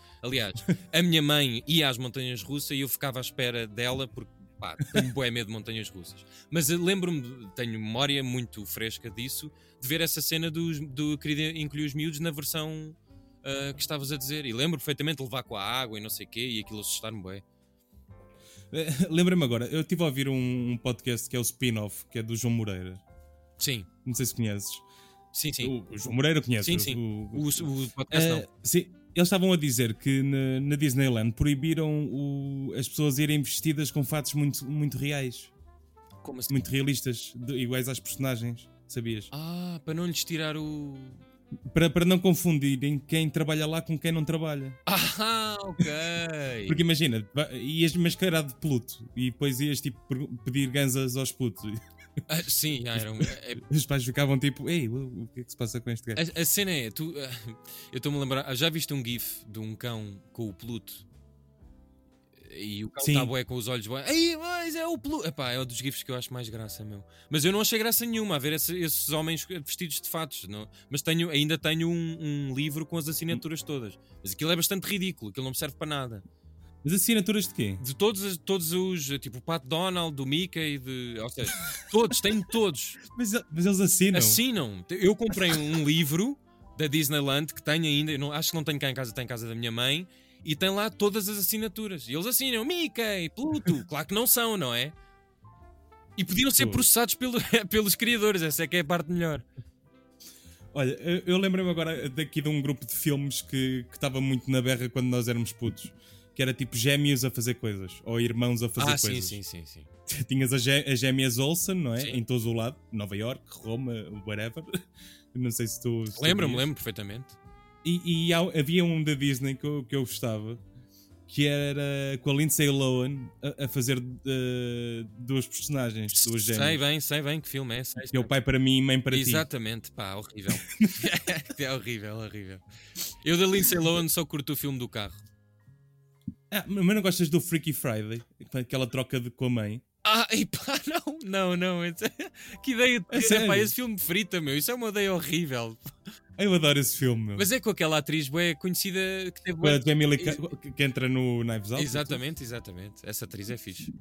[SPEAKER 2] Aliás, a minha mãe ia às montanhas russas e eu ficava à espera dela porque pá, tenho bué medo de montanhas russas. Mas eu lembro-me, tenho memória muito fresca disso, de ver essa cena dos, do querido encolher os miúdos na versão ah, que estavas a dizer. E lembro perfeitamente de levar com a água e não sei o quê, e aquilo assustar-me bué.
[SPEAKER 1] Eh, Lembra-me agora, eu estive a ouvir um, um podcast que é o spin-off, que é do João Moreira.
[SPEAKER 2] Sim,
[SPEAKER 1] Não sei se conheces.
[SPEAKER 2] sim, sim.
[SPEAKER 1] O, o João Moreira conhece.
[SPEAKER 2] Sim, sim.
[SPEAKER 1] O,
[SPEAKER 2] O, o podcast não.
[SPEAKER 1] Eh, sim, eles estavam a dizer que na, na Disneyland proibiram o- as pessoas irem vestidas com fatos muito, muito reais,
[SPEAKER 2] Como assim?
[SPEAKER 1] muito realistas, de- iguais às personagens, sabias?
[SPEAKER 2] Ah, para não lhes tirar o.
[SPEAKER 1] Para, para não confundirem quem trabalha lá com quem não trabalha.
[SPEAKER 2] Ah, ok.
[SPEAKER 1] Porque imagina, va- ias mascarado de Pluto e depois ias tipo per- pedir ganzas aos putos.
[SPEAKER 2] Ah, sim, ah, era um- é-
[SPEAKER 1] Os pais ficavam tipo, ei, o, o que é que se passa com este gajo?
[SPEAKER 2] a, a cena é, tu, ah, eu estou-me a lembrar, já viste um GIF de um cão com o Pluto? E o cão
[SPEAKER 1] Sim.
[SPEAKER 2] está bué com os olhos bué. Aí, mas é o Pluto. Epá, é um dos GIFs que eu acho mais graça, meu. Mas eu não achei graça nenhuma a ver esse- esses homens vestidos de fatos. Não? Mas tenho, ainda tenho um, um livro com as assinaturas todas. Mas aquilo é bastante ridículo, aquilo não me serve para nada.
[SPEAKER 1] Mas assinaturas de quê?
[SPEAKER 2] De todos, as- todos os, tipo, o Pat Donald, do Mickey, de. Ou seja, todos, tenho todos.
[SPEAKER 1] Mas, mas eles assinam.
[SPEAKER 2] Assinam. Eu comprei um livro da Disneyland que tenho ainda, eu não, acho que não tenho cá em casa, tenho em casa da minha mãe, e tem lá todas as assinaturas. E eles assinam Mickey, Pluto. Claro que não são, não é? E podiam ser
[SPEAKER 1] Pô.
[SPEAKER 2] processados pelo- pelos criadores, essa é que é a parte melhor.
[SPEAKER 1] Olha, eu, eu lembrei-me agora daqui de um grupo de filmes que que estava muito na berra quando nós éramos putos. Que era tipo gêmeos a fazer coisas, ou irmãos a fazer
[SPEAKER 2] ah,
[SPEAKER 1] coisas.
[SPEAKER 2] sim, sim, sim, sim.
[SPEAKER 1] Tinhas as, gé- as gêmeas Olsen, não é?
[SPEAKER 2] Sim.
[SPEAKER 1] Em todo o lado, Nova York, Roma, whatever. Não sei se tu. se tu
[SPEAKER 2] Lembro-me,
[SPEAKER 1] vias.
[SPEAKER 2] lembro perfeitamente.
[SPEAKER 1] E, e há- havia um da Disney que eu, que eu gostava, que era com a Lindsay Lohan a, a fazer eh, duas personagens, duas
[SPEAKER 2] Sei
[SPEAKER 1] gêmeas.
[SPEAKER 2] bem, sei bem que filme é. Sei,
[SPEAKER 1] Que é
[SPEAKER 2] sei.
[SPEAKER 1] o pai para mim e mãe para ti.
[SPEAKER 2] Exatamente, pá, horrível. é horrível, horrível. Eu da Lindsay Lohan só curto o filme do carro.
[SPEAKER 1] Ah, mas não gostas do Freaky Friday? Aquela troca de, com a mãe?
[SPEAKER 2] Ah, e pá, não, não, não. esse- Que ideia de
[SPEAKER 1] É
[SPEAKER 2] ter, pá,
[SPEAKER 1] sério?
[SPEAKER 2] esse filme frita, meu. Isso é uma ideia horrível.
[SPEAKER 1] Eu adoro esse filme, meu.
[SPEAKER 2] Mas é com aquela atriz bué conhecida que teve.
[SPEAKER 1] Com
[SPEAKER 2] bué-
[SPEAKER 1] a é? Jamie Lee Curtis, que- que entra no Knives Out.
[SPEAKER 2] Exatamente, exatamente. Essa atriz é fixe.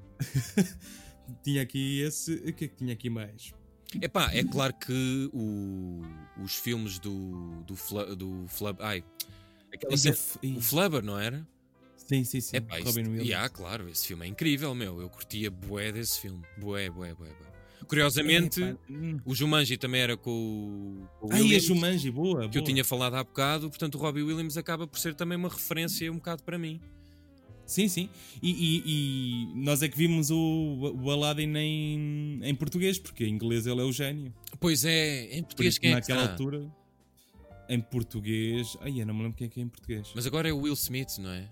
[SPEAKER 1] Tinha aqui esse. O que é que tinha aqui mais?
[SPEAKER 2] É pá, é claro que o- os filmes do. do, Fla, do Flub. Ai, aquela cena-
[SPEAKER 1] Ih,
[SPEAKER 2] O Flubber, não era?
[SPEAKER 1] Sim, sim, sim.
[SPEAKER 2] É pá, isso,
[SPEAKER 1] Robin Williams.
[SPEAKER 2] yeah, claro, esse filme é incrível, meu. Eu curtia bué desse filme. Bué, bué, bué, bué. Curiosamente,
[SPEAKER 1] É, pá, hum.
[SPEAKER 2] o Jumanji também era com o. com o
[SPEAKER 1] Ah, e a
[SPEAKER 2] Williams,
[SPEAKER 1] Jumanji, boa.
[SPEAKER 2] Que eu
[SPEAKER 1] boa.
[SPEAKER 2] tinha falado há bocado, portanto o Robbie Williams acaba por ser também uma referência um bocado para mim.
[SPEAKER 1] Sim, sim. E, e- e nós é que vimos o, o Aladdin em, em português, porque em inglês ele é o gênio.
[SPEAKER 2] Pois é, em
[SPEAKER 1] Por
[SPEAKER 2] português
[SPEAKER 1] isso,
[SPEAKER 2] quem é que
[SPEAKER 1] naquela
[SPEAKER 2] está?
[SPEAKER 1] altura, em português. Ai, eu não me lembro quem é que é em português.
[SPEAKER 2] Mas agora é o Will Smith, não é?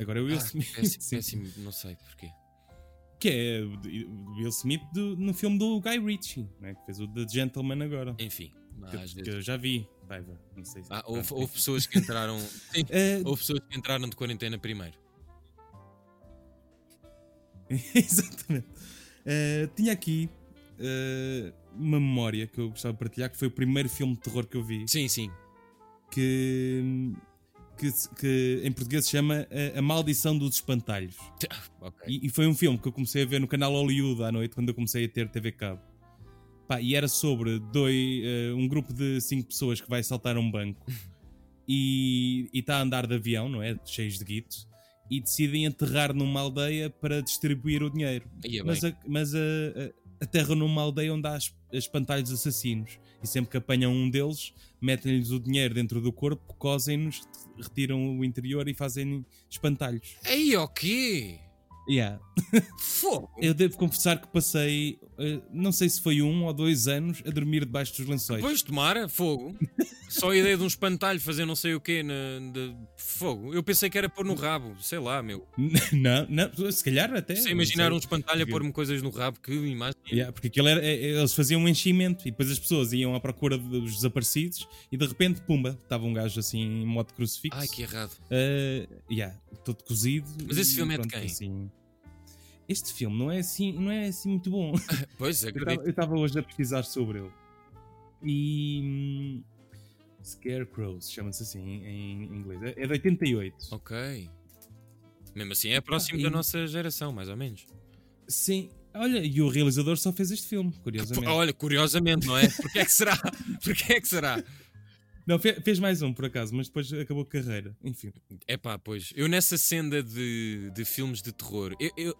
[SPEAKER 1] Agora é o Will
[SPEAKER 2] Ah,
[SPEAKER 1] Smith.
[SPEAKER 2] Péssimo,
[SPEAKER 1] sim.
[SPEAKER 2] péssimo, assim, não sei porquê.
[SPEAKER 1] Que é o de- o Will Smith do- no filme do Guy Ritchie, né, que fez o The Gentleman agora.
[SPEAKER 2] Enfim,
[SPEAKER 1] que,
[SPEAKER 2] Ah, às
[SPEAKER 1] que
[SPEAKER 2] vezes.
[SPEAKER 1] Tipo, eu já vi. Paiva, não sei se.
[SPEAKER 2] Ah, houve,
[SPEAKER 1] pronto,
[SPEAKER 2] houve
[SPEAKER 1] enfim.
[SPEAKER 2] pessoas que entraram. Sim,
[SPEAKER 1] Eh,
[SPEAKER 2] houve pessoas que entraram de quarentena primeiro.
[SPEAKER 1] Exatamente. Eh, tinha aqui eh, uma memória que eu gostava de partilhar, que foi o primeiro filme de terror que eu vi.
[SPEAKER 2] Sim, sim.
[SPEAKER 1] que, que, se- que em português se chama eh, A, Maldição dos Espantalhos.
[SPEAKER 2] Ok.
[SPEAKER 1] E, e foi um filme que eu comecei a ver no canal Hollywood à noite, quando eu comecei a ter TV Cabo. Pá, e era sobre dois, eh, um grupo de cinco pessoas que vai saltar um banco. e está a andar de avião, não é? Cheios de guitos. E decidem enterrar numa aldeia para distribuir o dinheiro.
[SPEAKER 2] Ia é bem.
[SPEAKER 1] Mas, a, mas a, a- aterram numa aldeia onde há es- espantalhos assassinos. E sempre que apanham um deles, metem-lhes o dinheiro dentro do corpo, cosem-nos, retiram o interior e fazem espantalhos.
[SPEAKER 2] Aí, ok.
[SPEAKER 1] Yeah.
[SPEAKER 2] Fogo.
[SPEAKER 1] Eu devo confessar que passei, eh, não sei se foi um ou dois anos, a dormir debaixo dos lençóis.
[SPEAKER 2] Depois de tomara, fogo. Só a ideia de um espantalho fazer não sei o quê na, de fogo. Eu pensei que era pôr no rabo, sei lá, meu.
[SPEAKER 1] não, não, se calhar até.
[SPEAKER 2] Sem imaginar
[SPEAKER 1] É, não
[SPEAKER 2] um
[SPEAKER 1] sei.
[SPEAKER 2] espantalho a
[SPEAKER 1] Porque-
[SPEAKER 2] pôr-me coisas no rabo, que imagem.
[SPEAKER 1] Yeah, porque aquilo era, eh, eles faziam um enchimento e depois as pessoas iam à procura dos desaparecidos e de repente, pumba, estava um gajo assim em modo crucifixo.
[SPEAKER 2] Ai, que errado.
[SPEAKER 1] Uh, yeah, todo cozido.
[SPEAKER 2] Mas esse
[SPEAKER 1] e
[SPEAKER 2] filme é de
[SPEAKER 1] pronto,
[SPEAKER 2] quem?
[SPEAKER 1] assim. Este filme não é assim, não é assim muito bom.
[SPEAKER 2] Pois,
[SPEAKER 1] Eu tava-
[SPEAKER 2] acredito.
[SPEAKER 1] Eu estava hoje a pesquisar sobre ele. E. hum, Scarecrows, chama-se assim em em inglês. É é de 88.
[SPEAKER 2] Ok. Mesmo assim, é próximo
[SPEAKER 1] Ah, e-
[SPEAKER 2] da nossa geração, mais ou menos.
[SPEAKER 1] Sim. Olha, e o realizador só fez este filme, curiosamente.
[SPEAKER 2] Olha, curiosamente, não é? Porquê é que será? Porquê é que será?
[SPEAKER 1] Não, fe- fez mais um, por acaso, mas depois acabou a carreira. Enfim.
[SPEAKER 2] É pá, pois. Eu nessa senda de, de filmes de terror, eu, eu,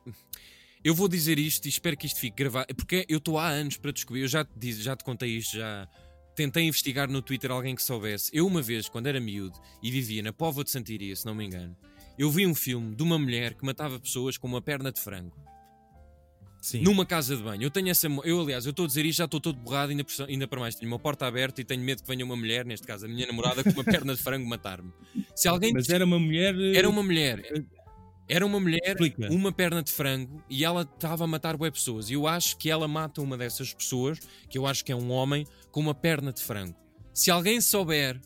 [SPEAKER 2] eu vou dizer isto e espero que isto fique gravado, porque eu estou há anos para descobrir. Eu já te, diz- já te contei isto, já tentei investigar no Twitter alguém que soubesse. Eu, uma vez, quando era miúdo e vivia na Póvoa de Santiria, se não me engano, eu vi um filme de uma mulher que matava pessoas com uma perna de frango
[SPEAKER 1] Sim.
[SPEAKER 2] numa casa de banho. Eu tenho essa. mo- Eu, aliás, eu estou a dizer isto, já estou todo borrado, ainda, por cima- ainda para mais. Tenho uma porta aberta e tenho medo que venha uma mulher, neste caso a minha namorada, com uma perna de frango matar-me. Se alguém
[SPEAKER 1] Mas era uma mulher. um uh,
[SPEAKER 2] era uma mulher.
[SPEAKER 1] É.
[SPEAKER 2] Era uma mulher,
[SPEAKER 1] Explica.
[SPEAKER 2] uma perna de frango, e ela estava a matar bué pessoas. E eu acho que ela mata uma dessas pessoas, que eu acho que é um homem, com uma perna de frango. Se alguém souber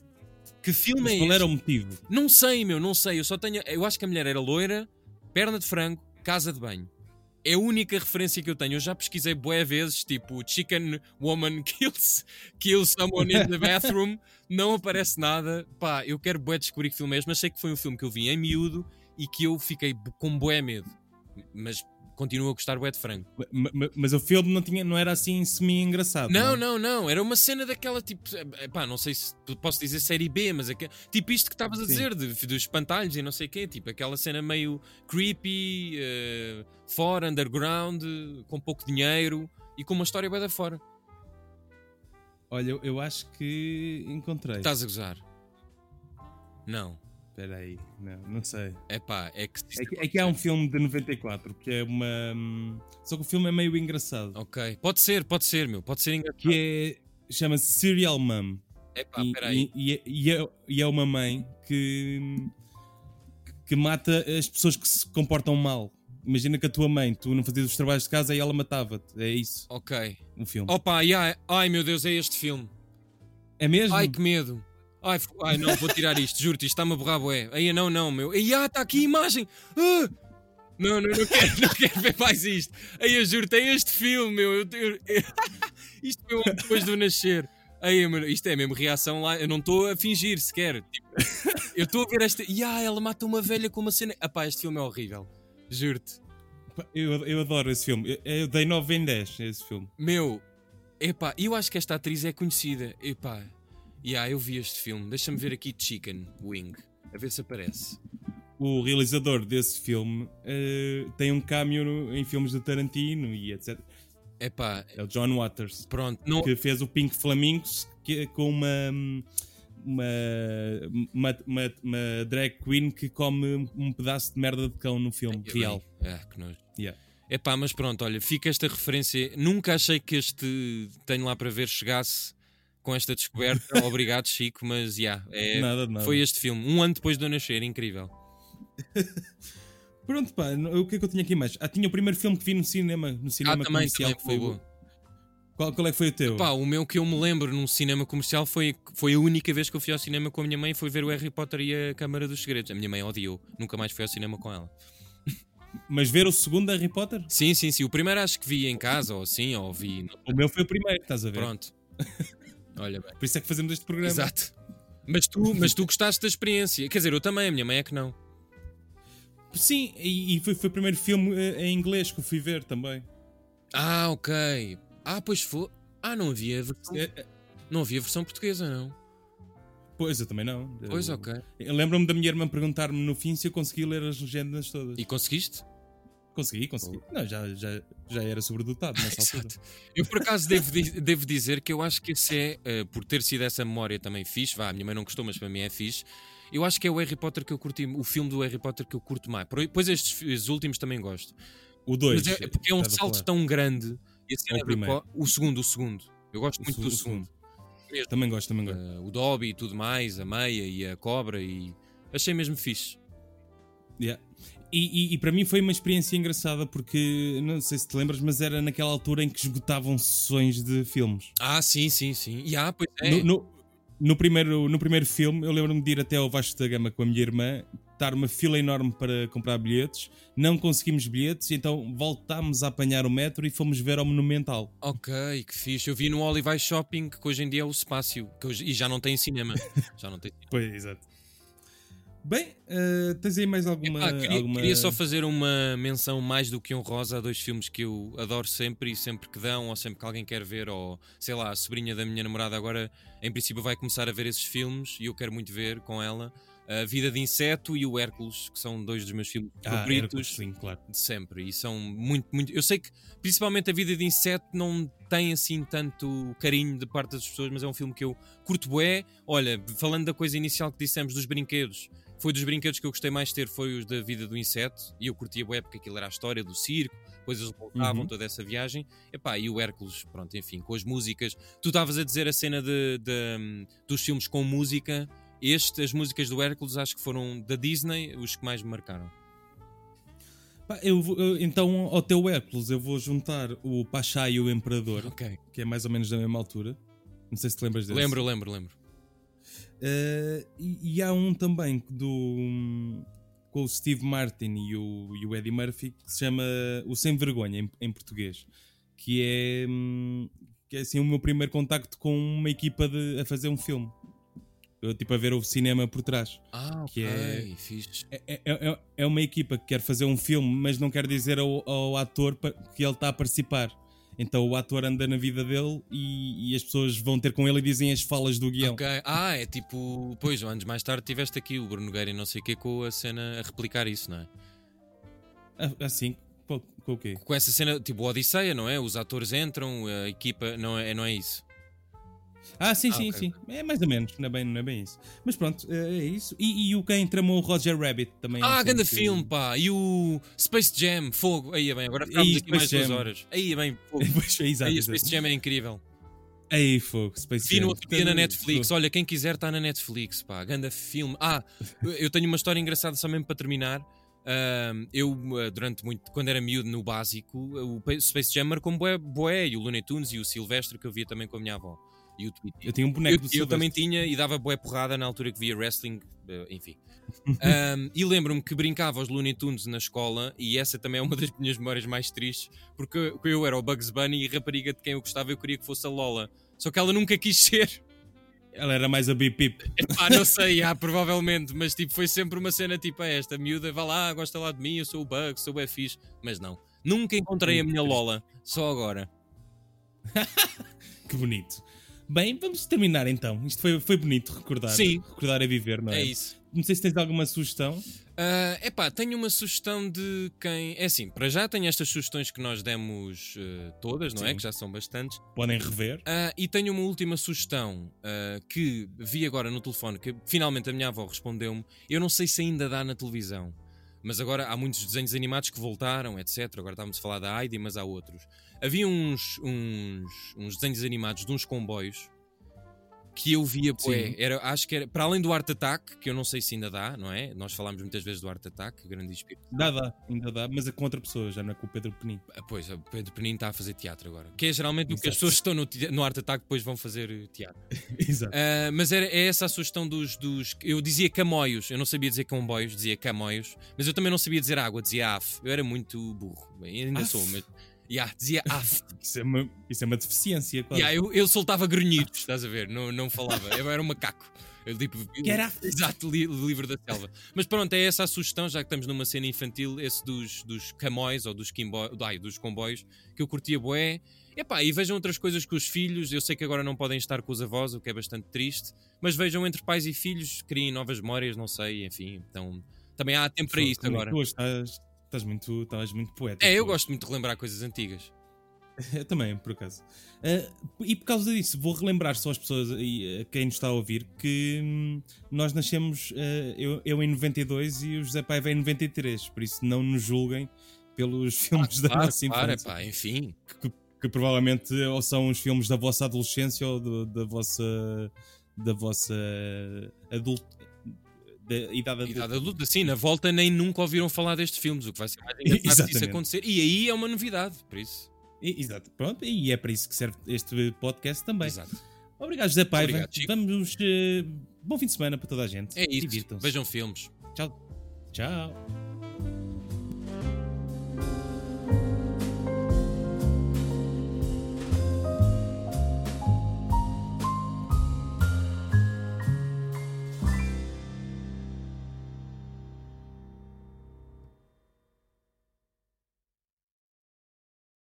[SPEAKER 2] que filme
[SPEAKER 1] Mas
[SPEAKER 2] é
[SPEAKER 1] qual
[SPEAKER 2] este,
[SPEAKER 1] era o motivo?
[SPEAKER 2] não sei, meu, não sei. Eu só tenho. Eu acho que a mulher era loira, perna de frango, casa de banho. É a única referência que eu tenho. Eu já pesquisei bué vezes, tipo Chicken Woman Kills, Kills Someone in the Bathroom. Não aparece nada. Pá, eu quero bué descobrir que filme é este, mas sei que foi um filme que eu vi em miúdo e que eu fiquei bu- com bué medo. Mas continuo a gostar bué de frango.
[SPEAKER 1] Ma- ma- Mas o filme não, tinha, não era assim semi-engraçado.
[SPEAKER 2] Não,
[SPEAKER 1] é?
[SPEAKER 2] não, não. Era uma cena daquela tipo. eh, Pá, não sei se posso dizer série B, mas aque- tipo isto que estavas a
[SPEAKER 1] Sim.
[SPEAKER 2] dizer, de- dos espantalhos e não sei o quê. Tipo aquela cena meio creepy, eh, fora, underground, eh, com pouco dinheiro e com uma história bem da fora.
[SPEAKER 1] Olha, eu, eu acho que encontrei.
[SPEAKER 2] Estás a gozar? Não.
[SPEAKER 1] Espera aí, não, não sei.
[SPEAKER 2] É pá, é que.
[SPEAKER 1] É que, é que há um filme de 94 que é uma. hum, Só que o filme é meio engraçado.
[SPEAKER 2] Ok. Pode ser, pode ser, meu. Pode ser engraçado.
[SPEAKER 1] Que é. Chama-se Serial Mum.
[SPEAKER 2] É pá,
[SPEAKER 1] e,
[SPEAKER 2] peraí.
[SPEAKER 1] e- e- e é, e é uma mãe que. hum, que mata as pessoas que se comportam mal. Imagina que a tua mãe, tu não fazias os trabalhos de casa e ela matava-te. É isso,
[SPEAKER 2] Ok.
[SPEAKER 1] o filme.
[SPEAKER 2] Opa, ai, ai meu Deus, é este filme.
[SPEAKER 1] é mesmo?
[SPEAKER 2] Ai, que medo. Ai, f- ai, não, vou tirar isto, juro-te, isto está-me a borrar bué. Ai, não, não, meu. Ai, ah, está aqui a imagem. Ah! Não, não, não quero, não quero ver mais isto. Ai, eu juro-te, é este filme, meu. Eu, eu- eu- isto foi um depois do nascer. Ai, meu, isto é mesmo reação lá. Eu não estou a fingir sequer. Tipo, eu estou a ver esta. E ah, ela mata uma velha com uma cena. Apá, este filme é horrível. Juro-te.
[SPEAKER 1] Eu, eu adoro esse filme. Eu, eu dei 9 em 10 a esse filme.
[SPEAKER 2] Meu, epá, eu acho que esta atriz é conhecida. Epá, yeah, eu vi este filme. Deixa-me ver aqui Chicken Wing. A ver se aparece.
[SPEAKER 1] o realizador desse filme eh, tem um cameo no- em filmes de Tarantino e etc.
[SPEAKER 2] Epá,
[SPEAKER 1] É o John Waters,
[SPEAKER 2] pronto. Não,
[SPEAKER 1] que fez o Pink Flamingos que- com uma, uma, uma, uma- uma drag queen que come um pedaço de merda de cão no filme real.
[SPEAKER 2] Ah, que nojo.
[SPEAKER 1] Yeah.
[SPEAKER 2] Epá, mas pronto, olha, fica esta referência. Nunca achei que este Tenho Lá Para Ver chegasse com esta descoberta. Obrigado, Chico, mas já.
[SPEAKER 1] Nada, nada.
[SPEAKER 2] É, foi este filme. Um ano depois de eu nascer, incrível.
[SPEAKER 1] Pronto, pá, n- o que é que eu tinha aqui mais? Ah, tinha o primeiro filme que vi no cinema, no
[SPEAKER 2] Ah,
[SPEAKER 1] cinema
[SPEAKER 2] também,
[SPEAKER 1] comercial
[SPEAKER 2] também,
[SPEAKER 1] que foi.
[SPEAKER 2] boa.
[SPEAKER 1] o- Qual, qual é que foi o teu?
[SPEAKER 2] Pá, o meu que eu me lembro num cinema comercial foi, foi a única vez que eu fui ao cinema com a minha mãe foi ver o Harry Potter e a Câmara dos Segredos. A minha mãe odiou, nunca mais fui ao cinema com ela.
[SPEAKER 1] Mas ver o segundo Harry Potter?
[SPEAKER 2] Sim, sim, sim. O primeiro acho que vi em casa, ou assim, ou vi. no-
[SPEAKER 1] O meu foi o primeiro, estás a ver?
[SPEAKER 2] Pronto. Olha bem.
[SPEAKER 1] Por isso é que fazemos este programa.
[SPEAKER 2] Exato. Mas tu, mas tu gostaste da experiência. Quer dizer, eu também, a minha mãe é que não.
[SPEAKER 1] Sim, e, e foi, foi o primeiro filme eh, em inglês que eu fui ver também.
[SPEAKER 2] Ah, ok. Ah, pois foi. Ah, não havia versão,
[SPEAKER 1] Eh, eh,
[SPEAKER 2] não havia versão portuguesa, não.
[SPEAKER 1] Pois, eu também não. Eu-
[SPEAKER 2] Pois, ok.
[SPEAKER 1] Eu lembro-me da minha irmã perguntar-me no fim se eu consegui ler as legendas todas.
[SPEAKER 2] E conseguiste?
[SPEAKER 1] Consegui, consegui. Não, já, já, já era sobredotado nessa altura.
[SPEAKER 2] Exato. Eu por acaso devo, di- devo dizer que eu acho que esse é, eh, por ter sido essa memória também fixe, vá, a minha mãe não gostou, mas para mim é fixe. Eu acho que é o Harry Potter que eu curti, o filme do Harry Potter que eu curto mais. Por- Pois estes fi- os últimos também gosto.
[SPEAKER 1] O 2.
[SPEAKER 2] Mas é, é porque é um salto tão grande. E esse
[SPEAKER 1] É o
[SPEAKER 2] Harry
[SPEAKER 1] primeiro.
[SPEAKER 2] Po- o segundo, o segundo. Eu gosto muito do segundo. Mesmo.
[SPEAKER 1] Também gosto, também gosto.
[SPEAKER 2] Eh, o Dobby e tudo mais, a meia e a cobra e... Achei mesmo fixe.
[SPEAKER 1] Yeah. E, e- e para mim foi uma experiência engraçada porque, não sei se te lembras, mas era naquela altura em que esgotavam sessões de filmes.
[SPEAKER 2] Ah, sim, sim, sim. E ah, pois é.
[SPEAKER 1] No, no- no primeiro, no primeiro filme, eu lembro-me de ir até ao Vasco da Gama com a minha irmã, estar uma fila enorme para comprar bilhetes, não conseguimos bilhetes, então voltámos a apanhar o metro e fomos ver ao Monumental.
[SPEAKER 2] Ok, que fixe. Eu vi no Olivais Shopping, que hoje em dia é o Spácio, que hoje- e já não tem cinema. já não tem cinema.
[SPEAKER 1] Pois, exato. Bem, eh, tens aí mais alguma.
[SPEAKER 2] Epá, queria,
[SPEAKER 1] alguma...
[SPEAKER 2] queria só fazer uma menção mais do que honrosa a dois filmes que eu adoro sempre e sempre que dão, ou sempre que alguém quer ver, ou sei lá, a sobrinha da minha namorada agora, em princípio, vai começar a ver esses filmes e eu quero muito ver com ela. A Vida de Inseto e o Hércules, que são dois dos meus filmes
[SPEAKER 1] Ah, era com-
[SPEAKER 2] favoritos.
[SPEAKER 1] sim, claro.
[SPEAKER 2] de sempre e são muito, muito. Eu sei que principalmente a vida de inseto não tem assim tanto carinho de parte das pessoas, mas é um filme que eu curto bué. Olha, falando da coisa inicial que dissemos dos brinquedos, foi dos brinquedos que eu gostei mais de ter, foi os da vida do inseto, e eu curtia bué porque aquilo era a história do circo, depois eles voltavam
[SPEAKER 1] Uhum.
[SPEAKER 2] toda essa viagem. Epá, e o Hércules, pronto, enfim, com as músicas. Tu estavas a dizer a cena de- de- dos filmes com música. Este, as músicas do Hércules, acho que foram da Disney os que mais me marcaram.
[SPEAKER 1] Pá, eu vou- eu- então, ao teu Hércules, eu vou juntar o Pachá e o Imperador,
[SPEAKER 2] Ok.
[SPEAKER 1] que é mais ou menos da mesma altura. Não sei se te lembras desse.
[SPEAKER 2] Lembro, lembro, lembro.
[SPEAKER 1] Eh, e, e há um também do, com o Steve Martin e o, e o Eddie Murphy que se chama O Sem Vergonha, em, em português. Que é, hum, que é assim, o meu primeiro contacto com uma equipa de, a fazer um filme. Eu, tipo, a ver o cinema por trás.
[SPEAKER 2] Ah, ok.
[SPEAKER 1] Que é-
[SPEAKER 2] Fixe.
[SPEAKER 1] É, é- é- é uma equipa que quer fazer um filme, mas não quer dizer ao, ao ator pa- que ele está a participar. Então o ator anda na vida dele e, e as pessoas vão ter com ele e dizem as falas do guião.
[SPEAKER 2] Ok. Ah, é tipo. Pois, anos mais tarde tiveste aqui o Bruno Gueira e não sei o que com a cena a replicar isso, não é?
[SPEAKER 1] Ah, Assim, com com o quê?
[SPEAKER 2] Com essa cena, tipo Odisseia, não é? Os atores entram, a equipa. Não é, não é isso?
[SPEAKER 1] Ah, sim,
[SPEAKER 2] Ah,
[SPEAKER 1] sim,
[SPEAKER 2] ok,
[SPEAKER 1] sim. É mais ou menos, não é bem, não é bem isso. Mas pronto, é é isso. E, e o quem tramou o Roger Rabbit também. é um
[SPEAKER 2] ah, grande
[SPEAKER 1] que-
[SPEAKER 2] filme, pá! E o Space Jam, fogo! Aí é bem, agora ficámos
[SPEAKER 1] Aí,
[SPEAKER 2] aqui mais
[SPEAKER 1] Space
[SPEAKER 2] duas
[SPEAKER 1] Jam.
[SPEAKER 2] horas. Aí é bem, fogo!
[SPEAKER 1] Pois, é, exato,
[SPEAKER 2] Aí a
[SPEAKER 1] exato.
[SPEAKER 2] Space Jam é incrível.
[SPEAKER 1] Aí, fogo, Space
[SPEAKER 2] Vi
[SPEAKER 1] Jam.
[SPEAKER 2] no outro dia na
[SPEAKER 1] Portanto,
[SPEAKER 2] Netflix. Olha, quem quiser está na Netflix, pá. Ganda filme. Ah, eu tenho uma história engraçada só mesmo para terminar. Ahm, eu, ah, durante muito, quando era miúdo no básico, o Pa- Space Jam marcou boé, boé, e o Looney Tunes e o Silvestre que eu via também com a minha avó. E o Tweety.
[SPEAKER 1] Eu tinha um
[SPEAKER 2] Eu,
[SPEAKER 1] boneco do
[SPEAKER 2] eu
[SPEAKER 1] Silvestre.
[SPEAKER 2] também tinha e dava boé porrada na altura que via wrestling, eh, enfim. Ahm, e lembro-me que brincava aos Looney Tunes na escola, e essa também é uma das minhas memórias mais tristes, porque eu era o Bugs Bunny e a rapariga de quem eu gostava eu queria que fosse a Lola. Só que ela nunca quis ser.
[SPEAKER 1] Ela era mais a Bipip.
[SPEAKER 2] Ah, não sei, ah, provavelmente, mas tipo, foi sempre uma cena tipo "Ah, esta, miúda, vá lá, gosta lá de mim, eu sou o Bugs, sou o fixe. Mas não, nunca encontrei a minha Lola, só agora.
[SPEAKER 1] Que bonito. Bem, vamos terminar então. Isto foi, foi bonito recordar.
[SPEAKER 2] Sim.
[SPEAKER 1] Recordar é viver, não é?
[SPEAKER 2] É isso.
[SPEAKER 1] Não sei se tens alguma sugestão.
[SPEAKER 2] Ah, epá, tenho uma sugestão de quem. É assim, para já tenho estas sugestões que nós demos eh, todas, não é?
[SPEAKER 1] Sim.
[SPEAKER 2] Que já são bastantes.
[SPEAKER 1] Podem rever.
[SPEAKER 2] Ah, e tenho uma última sugestão ah, que vi agora no telefone, que finalmente a minha avó respondeu-me. Eu não sei se ainda dá na televisão, mas agora há muitos desenhos animados que voltaram, etc. Agora estávamos a falar da Heidi, mas há outros. Havia uns, uns, uns desenhos animados de uns comboios que eu via, bué.
[SPEAKER 1] Sim.
[SPEAKER 2] Era, acho que era, para além do Art Attack, que eu não sei se ainda dá, não é? Nós falámos muitas vezes do Art Attack, grande espírito.
[SPEAKER 1] Dá, dá, ainda dá, mas é com outra pessoa, já não é com o Pedro Penin.
[SPEAKER 2] Ah, Pois, o Pedro Penin está a fazer teatro agora. Que é geralmente o que
[SPEAKER 1] Exato.
[SPEAKER 2] as pessoas que estão no, te- no Art Attack depois vão fazer eh, teatro.
[SPEAKER 1] Exato.
[SPEAKER 2] Ah, mas era, é essa a sugestão dos, dos. Eu dizia Camóios, eu não sabia dizer comboios, dizia Camóios, mas eu também não sabia dizer água, dizia AF. Eu era muito burro, Bem, ainda
[SPEAKER 1] Af?
[SPEAKER 2] sou, mas. Yeah, dizia AF.
[SPEAKER 1] Isso, é uma, isso é uma deficiência, claro.
[SPEAKER 2] yeah, eu, eu soltava grunhidos, estás a ver? Não, não falava, eu era um macaco. Eu tipo.
[SPEAKER 1] Get off.
[SPEAKER 2] Exato, li, livro da selva. Mas pronto, é essa a sugestão, já que estamos numa cena infantil, esse dos, dos camóis ou dos, quimbo, ai, dos comboios, que eu curtia boé. Epá, e vejam outras coisas com os filhos. Eu sei que agora não podem estar com os avós, o que é bastante triste, mas vejam entre pais e filhos, criem novas memórias, não sei, enfim. Então também há tempo para
[SPEAKER 1] Fogo, é
[SPEAKER 2] isso
[SPEAKER 1] também
[SPEAKER 2] agora.
[SPEAKER 1] Tu estás, estás muito, estás muito poético.
[SPEAKER 2] É, eu
[SPEAKER 1] hoje.
[SPEAKER 2] gosto muito de relembrar coisas antigas.
[SPEAKER 1] Eu também, por acaso. Ah, e por causa disso, vou relembrar só as pessoas e a quem nos está a ouvir que hum, nós nascemos, ah, eu, eu em 92 e o José Paiva em 93, por isso não nos julguem pelos filmes da
[SPEAKER 2] Ah, Claro,
[SPEAKER 1] nossa
[SPEAKER 2] claro, é
[SPEAKER 1] infância,
[SPEAKER 2] epá, enfim.
[SPEAKER 1] que, que provavelmente ou são os filmes da vossa adolescência ou do- da vossa da vossa adulto da idade adulta.
[SPEAKER 2] Idade adulta, sim, na volta nem nunca ouviram falar destes filmes, o que vai ser mais engraçado se isso
[SPEAKER 1] Exatamente.
[SPEAKER 2] acontecer. E aí é uma novidade, por isso.
[SPEAKER 1] E- Exato, pronto, e é para isso que serve este podcast também.
[SPEAKER 2] Exato.
[SPEAKER 1] Obrigado, José Paiva.
[SPEAKER 2] Obrigado, Chico.
[SPEAKER 1] Vamos. eh, bom fim de semana para toda a gente.
[SPEAKER 2] É isso.
[SPEAKER 1] Divirtam-se.
[SPEAKER 2] Vejam filmes.
[SPEAKER 1] Tchau. Tchau.